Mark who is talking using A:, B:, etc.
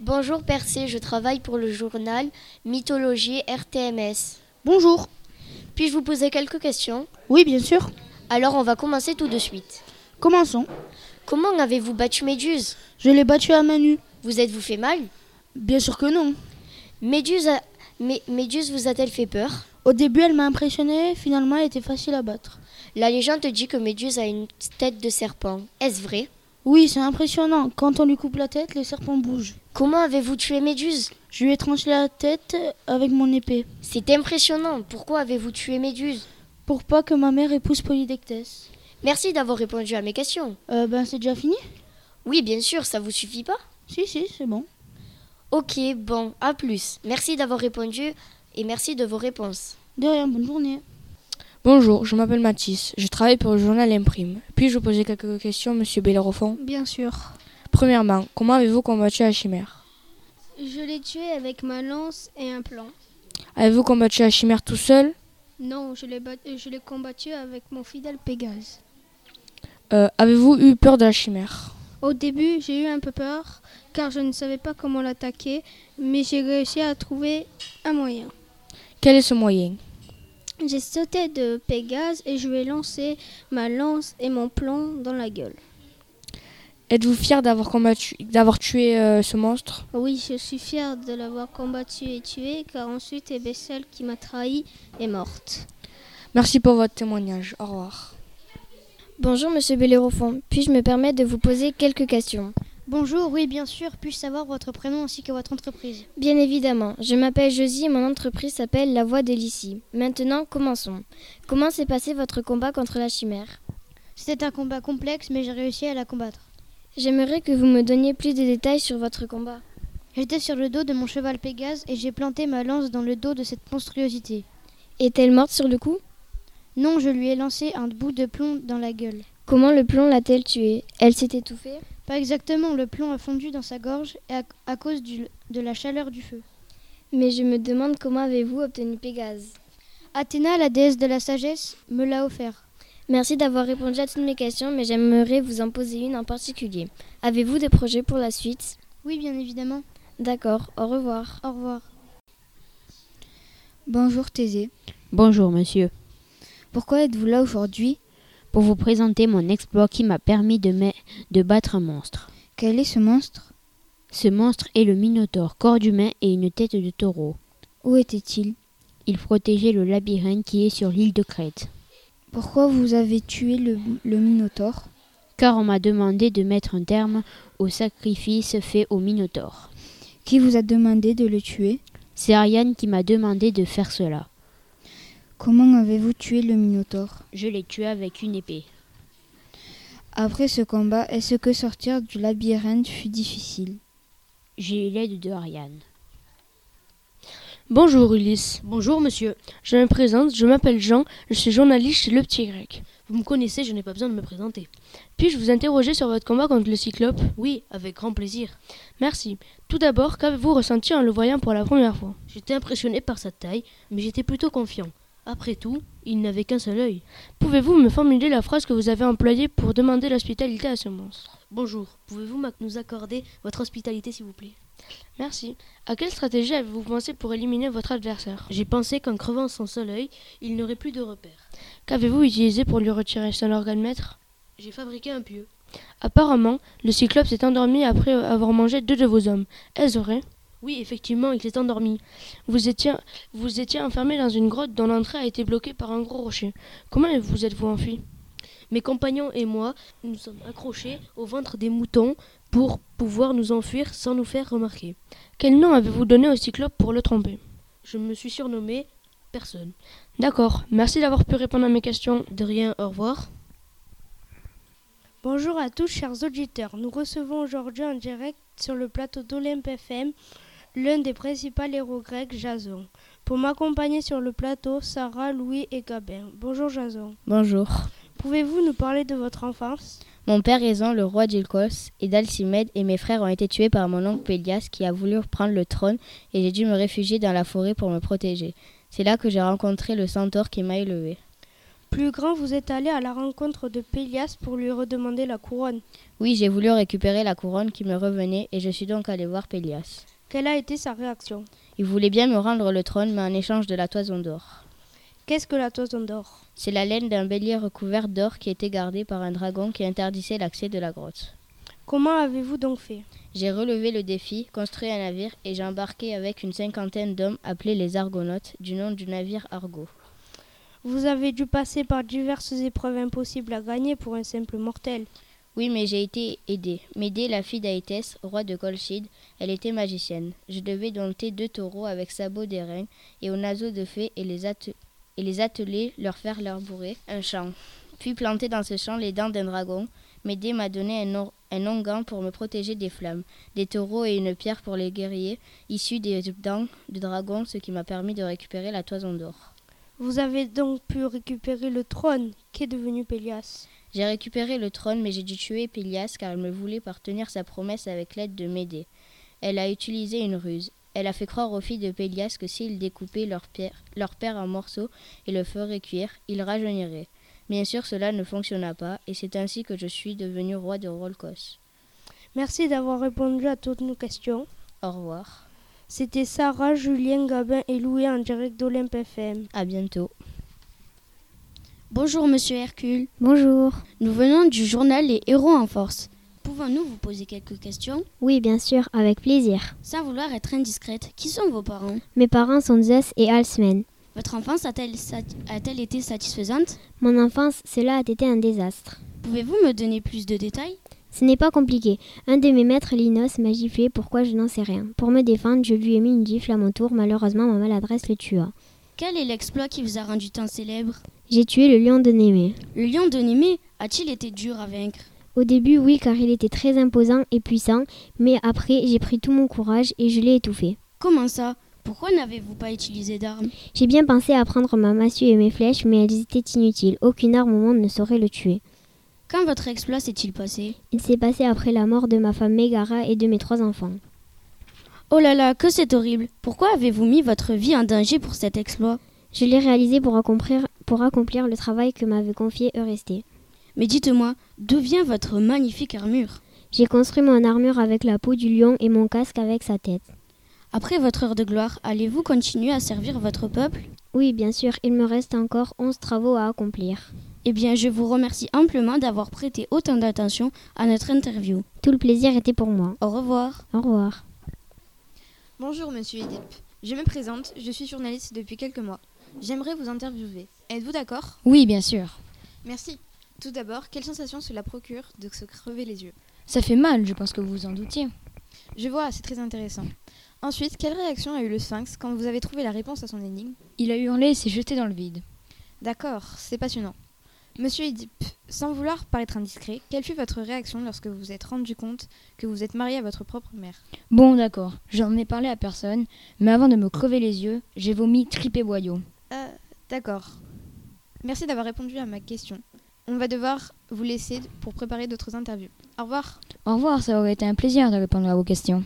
A: Bonjour Percé, je travaille pour le journal Mythologie RTMS.
B: Bonjour.
A: Puis-je vous poser quelques questions
B: Oui, bien sûr.
A: Alors on va commencer tout de suite.
B: Commençons.
A: Comment avez-vous battu Méduse
B: Je l'ai battu à main nue.
A: Vous êtes-vous fait mal
B: Bien sûr que non.
A: Méduse, a- Mé- Méduse vous a-t-elle fait peur
B: Au début, elle m'a impressionné. Finalement, elle était facile à battre.
A: La légende dit que Méduse a une tête de serpent. Est-ce vrai
B: Oui, c'est impressionnant. Quand on lui coupe la tête, les serpents bougent.
A: Comment avez-vous tué Méduse
B: Je lui ai tranché la tête avec mon épée.
A: C'est impressionnant. Pourquoi avez-vous tué Méduse
B: Pour pas que ma mère épouse Polydectès.
A: Merci d'avoir répondu à mes questions.
B: Euh, ben, c'est déjà fini
A: Oui, bien sûr, ça vous suffit pas
B: Si, si, c'est bon.
A: Ok, bon, à plus. Merci d'avoir répondu et merci de vos réponses.
B: De rien, bonne journée.
C: Bonjour, je m'appelle Mathis, je travaille pour le journal Imprime. Puis-je vous poser quelques questions, monsieur Bellerophon
D: Bien sûr.
C: Premièrement, comment avez-vous combattu la chimère
D: Je l'ai tué avec ma lance et un plan.
C: Avez-vous combattu la chimère tout seul
D: Non, je l'ai, bat- euh, je l'ai combattu avec mon fidèle Pégase.
C: Euh, Avez-vous eu peur de la chimère
D: Au début, j'ai eu un peu peur car je ne savais pas comment l'attaquer, mais j'ai réussi à trouver un moyen.
C: Quel est ce moyen
D: J'ai sauté de Pégase et je lui ai lancé ma lance et mon plan dans la gueule.
C: Êtes-vous fier d'avoir combattu, d'avoir tué euh, ce monstre
D: Oui, je suis fière de l'avoir combattu et tué car ensuite, eh bien, celle qui m'a trahi est morte.
C: Merci pour votre témoignage. Au revoir.
E: Bonjour Monsieur Bellérophon, puis-je me permettre de vous poser quelques questions
F: Bonjour, oui bien sûr, puis-je savoir votre prénom ainsi que votre entreprise
E: Bien évidemment, je m'appelle Josie et mon entreprise s'appelle La Voix d'Elicie. Maintenant, commençons. Comment s'est passé votre combat contre la chimère
F: C'était un combat complexe mais j'ai réussi à la combattre.
E: J'aimerais que vous me donniez plus de détails sur votre combat.
F: J'étais sur le dos de mon cheval Pégase et j'ai planté ma lance dans le dos de cette monstruosité.
E: Est-elle morte sur le coup
F: Non, je lui ai lancé un bout de plomb dans la gueule.
E: Comment le plomb l'a-t-elle tuée Elle s'est étouffée
F: Pas exactement, le plomb a fondu dans sa gorge et à, à cause du- de la chaleur du feu.
E: Mais je me demande comment avez-vous obtenu Pégase
F: Athéna, la déesse de la sagesse, me l'a offert.
E: Merci d'avoir répondu à toutes mes questions, mais j'aimerais vous en poser une en particulier. Avez-vous des projets pour la suite
F: Oui, bien évidemment.
E: D'accord, au revoir.
F: Au revoir.
G: Bonjour Thésée,
H: Bonjour monsieur,
G: pourquoi êtes-vous là aujourd'hui
H: pour vous présenter mon exploit qui m'a permis de, me- de battre un monstre.
G: Quel est ce monstre
H: Ce monstre est le Minotaure, corps d'humain et une tête de taureau.
G: Où était-il
H: Il protégeait le labyrinthe qui est sur l'île de Crète,
G: Pourquoi vous avez tué le, le Minotaure
H: car on m'a demandé de mettre un terme au sacrifice fait au Minotaure.
G: Qui vous a demandé de le tuer
H: C'est Ariane qui m'a demandé de faire cela.
G: Comment avez-vous tué le Minotaure
H: Je l'ai tué avec une épée.
G: Après ce combat, est-ce que sortir du labyrinthe fut difficile
H: J'ai eu l'aide de Ariane.
C: Bonjour Ulysse.
I: Bonjour monsieur,
C: Je me présente, je m'appelle Jean, je suis journaliste chez Le Petit Grec.
I: vous me connaissez, je n'ai pas besoin de me présenter.
C: Puis-je vous interroger sur votre combat contre le cyclope
I: Oui, avec grand plaisir.
C: Merci. Tout d'abord, qu'avez-vous ressenti en le voyant pour la première fois
I: J'étais impressionné par sa taille, mais j'étais plutôt confiant. Après tout, il n'avait qu'un seul œil.
C: Pouvez-vous me formuler la phrase que vous avez employée pour demander l'hospitalité à ce monstre
I: Bonjour, pouvez-vous mac- nous accorder votre hospitalité s'il vous plaît
C: Merci. À quelle stratégie avez-vous pensé pour éliminer votre adversaire
I: J'ai pensé qu'en crevant son seul œil, il n'aurait plus de repères.
C: Qu'avez-vous utilisé pour lui retirer son organe maître
I: J'ai fabriqué un pieu.
C: Apparemment, le cyclope s'est endormi après avoir mangé deux de vos hommes. Est-ce vrai
I: Oui, effectivement, il s'est endormi.
C: vous étiez, vous étiez enfermé dans une grotte dont l'entrée a été bloquée par un gros rocher. Comment vous êtes-vous enfui
I: Mes compagnons et moi, nous nous sommes accrochés au ventre des moutons pour pouvoir nous enfuir sans nous faire remarquer.
C: Quel nom avez-vous donné au cyclope pour le tromper
I: Je me suis surnommé personne.
C: D'accord, merci d'avoir pu répondre à mes questions.
I: De rien, au revoir.
J: Bonjour à tous, chers auditeurs. Nous recevons aujourd'hui en direct sur le plateau d'Olympe FM l'un des principaux héros grecs, Jason. Pour m'accompagner sur le plateau, Sarah, Louis et Gabin. Bonjour Jason.
K: Bonjour.
J: Pouvez-vous nous parler de votre enfance
K: Mon père Aisan, le roi d'Ilkos et d'Alcimède, et mes frères ont été tués par mon oncle Pélias qui a voulu reprendre le trône et j'ai dû me réfugier dans la forêt pour me protéger. C'est là que j'ai rencontré le centaure qui m'a élevé.
L: Plus grand, vous êtes allé à la rencontre de Pélias pour lui redemander la couronne.
E: Oui, j'ai voulu récupérer la couronne qui me revenait et je suis donc allé voir Pélias.
L: Quelle a été sa réaction
E: Il voulait bien me rendre le trône, mais en échange de la toison d'or.
L: Qu'est-ce que la toison d'or
E: C'est la laine d'un bélier recouvert d'or qui était gardée par un dragon qui interdisait l'accès de la grotte.
L: Comment avez-vous donc fait
E: J'ai relevé le défi, construit un navire et j'ai embarqué avec une cinquantaine d'hommes appelés les Argonautes, du nom du navire Argo.
L: Vous avez dû passer par diverses épreuves impossibles à gagner pour un simple mortel.
E: Oui, mais j'ai été aidée. M'aidée, la fille d'Aïtès, roi de Colchide, elle était magicienne. Je devais dompter deux taureaux avec sabots d'airain et au naseau de fée et les, atte- et les atteler, leur faire leur bourrer un champ. Puis planter dans ce champ les dents d'un dragon. M'aidée m'a donné un, or- un onguent pour me protéger des flammes, des taureaux et une pierre pour les guerriers, issus des dents du dragon, ce qui m'a permis de récupérer la toison d'or.
L: Vous avez donc pu récupérer le trône. Qu'est devenu Pélias
E: J'ai récupéré le trône, mais j'ai dû tuer Pélias car elle me voulait par tenir sa promesse avec l'aide de Médée. Elle a utilisé une ruse. Elle a fait croire aux filles de Pélias que s'ils découpaient leur, pierre- leur père en morceaux et le feraient cuire, ils rajeuniraient. Bien sûr, cela ne fonctionna pas, et c'est ainsi que je suis devenu roi de Rolkos.
L: Merci d'avoir répondu à toutes nos questions.
E: Au revoir.
L: C'était Sarah, Julien, Gabin et Louis en direct d'Olympe FM.
E: À bientôt.
F: Bonjour Monsieur Hercule.
I: Bonjour.
F: Nous venons du journal Les Héros en Force. Pouvons-nous vous poser quelques questions
I: Oui, bien sûr, avec plaisir.
F: Sans vouloir être indiscrète, qui sont vos parents
I: Mes parents sont Zeus et Halsman.
F: Votre enfance a-t-elle sati- a-t-elle été satisfaisante
I: Mon enfance, cela a été un désastre.
F: Pouvez-vous me donner plus de détails
I: Ce n'est pas compliqué. Un de mes maîtres, Linos, m'a giflé, pourquoi je n'en sais rien. Pour me défendre, je lui ai mis une gifle à mon tour, malheureusement ma maladresse le tua.
F: Quel est l'exploit qui vous a rendu tant célèbre
I: J'ai tué le lion de Némée.
F: Le lion de Némée a-t-il été dur à vaincre
I: Au début, oui, car il était très imposant et puissant, mais après, j'ai pris tout mon courage et je l'ai étouffé.
F: Comment ça Pourquoi n'avez-vous pas utilisé d'armes
I: J'ai bien pensé à prendre ma massue et mes flèches, mais elles étaient inutiles. Aucune arme au monde ne saurait le tuer.
F: Quand votre exploit s'est-il passé
I: Il s'est passé après la mort de ma femme Megara et de mes trois enfants.
F: Oh là là, que c'est horrible Pourquoi avez-vous mis votre vie en danger pour cet exploit
I: Je l'ai réalisé pour accomplir, pour accomplir le travail que m'avait confié Eurysthée.
F: Mais dites-moi, d'où vient votre magnifique armure
I: J'ai construit mon armure avec la peau du lion et mon casque avec sa tête.
F: Après votre heure de gloire, allez-vous continuer à servir votre peuple
I: Oui, bien sûr, il me reste encore onze travaux à accomplir.
F: Eh bien, je vous remercie amplement d'avoir prêté autant d'attention à notre interview.
I: Tout le plaisir était pour moi.
F: Au revoir.
I: Au revoir.
D: Bonjour Monsieur Edip. Je me présente, je suis journaliste depuis quelques mois. J'aimerais vous interviewer. Êtes-vous d'accord
C: Oui, bien sûr.
D: Merci. Tout d'abord, quelle sensation cela procure de se crever les yeux
C: Ça fait mal, je pense que vous vous en doutiez.
D: Je vois, c'est très intéressant. Ensuite, quelle réaction a eu le sphinx quand vous avez trouvé la réponse à son énigme
C: Il a hurlé et s'est jeté dans le vide.
D: D'accord, c'est passionnant. Monsieur Edip, sans vouloir paraître indiscret, quelle fut votre réaction lorsque vous vous êtes rendu compte que vous êtes marié à votre propre mère
C: Bon, d'accord, j'en ai parlé à personne, mais avant de me crever les yeux, j'ai vomi tripé boyau.
D: Euh, d'accord. Merci d'avoir répondu à ma question. On va devoir vous laisser pour préparer d'autres interviews. Au revoir.
C: Au revoir, ça aurait été un plaisir de répondre à vos questions.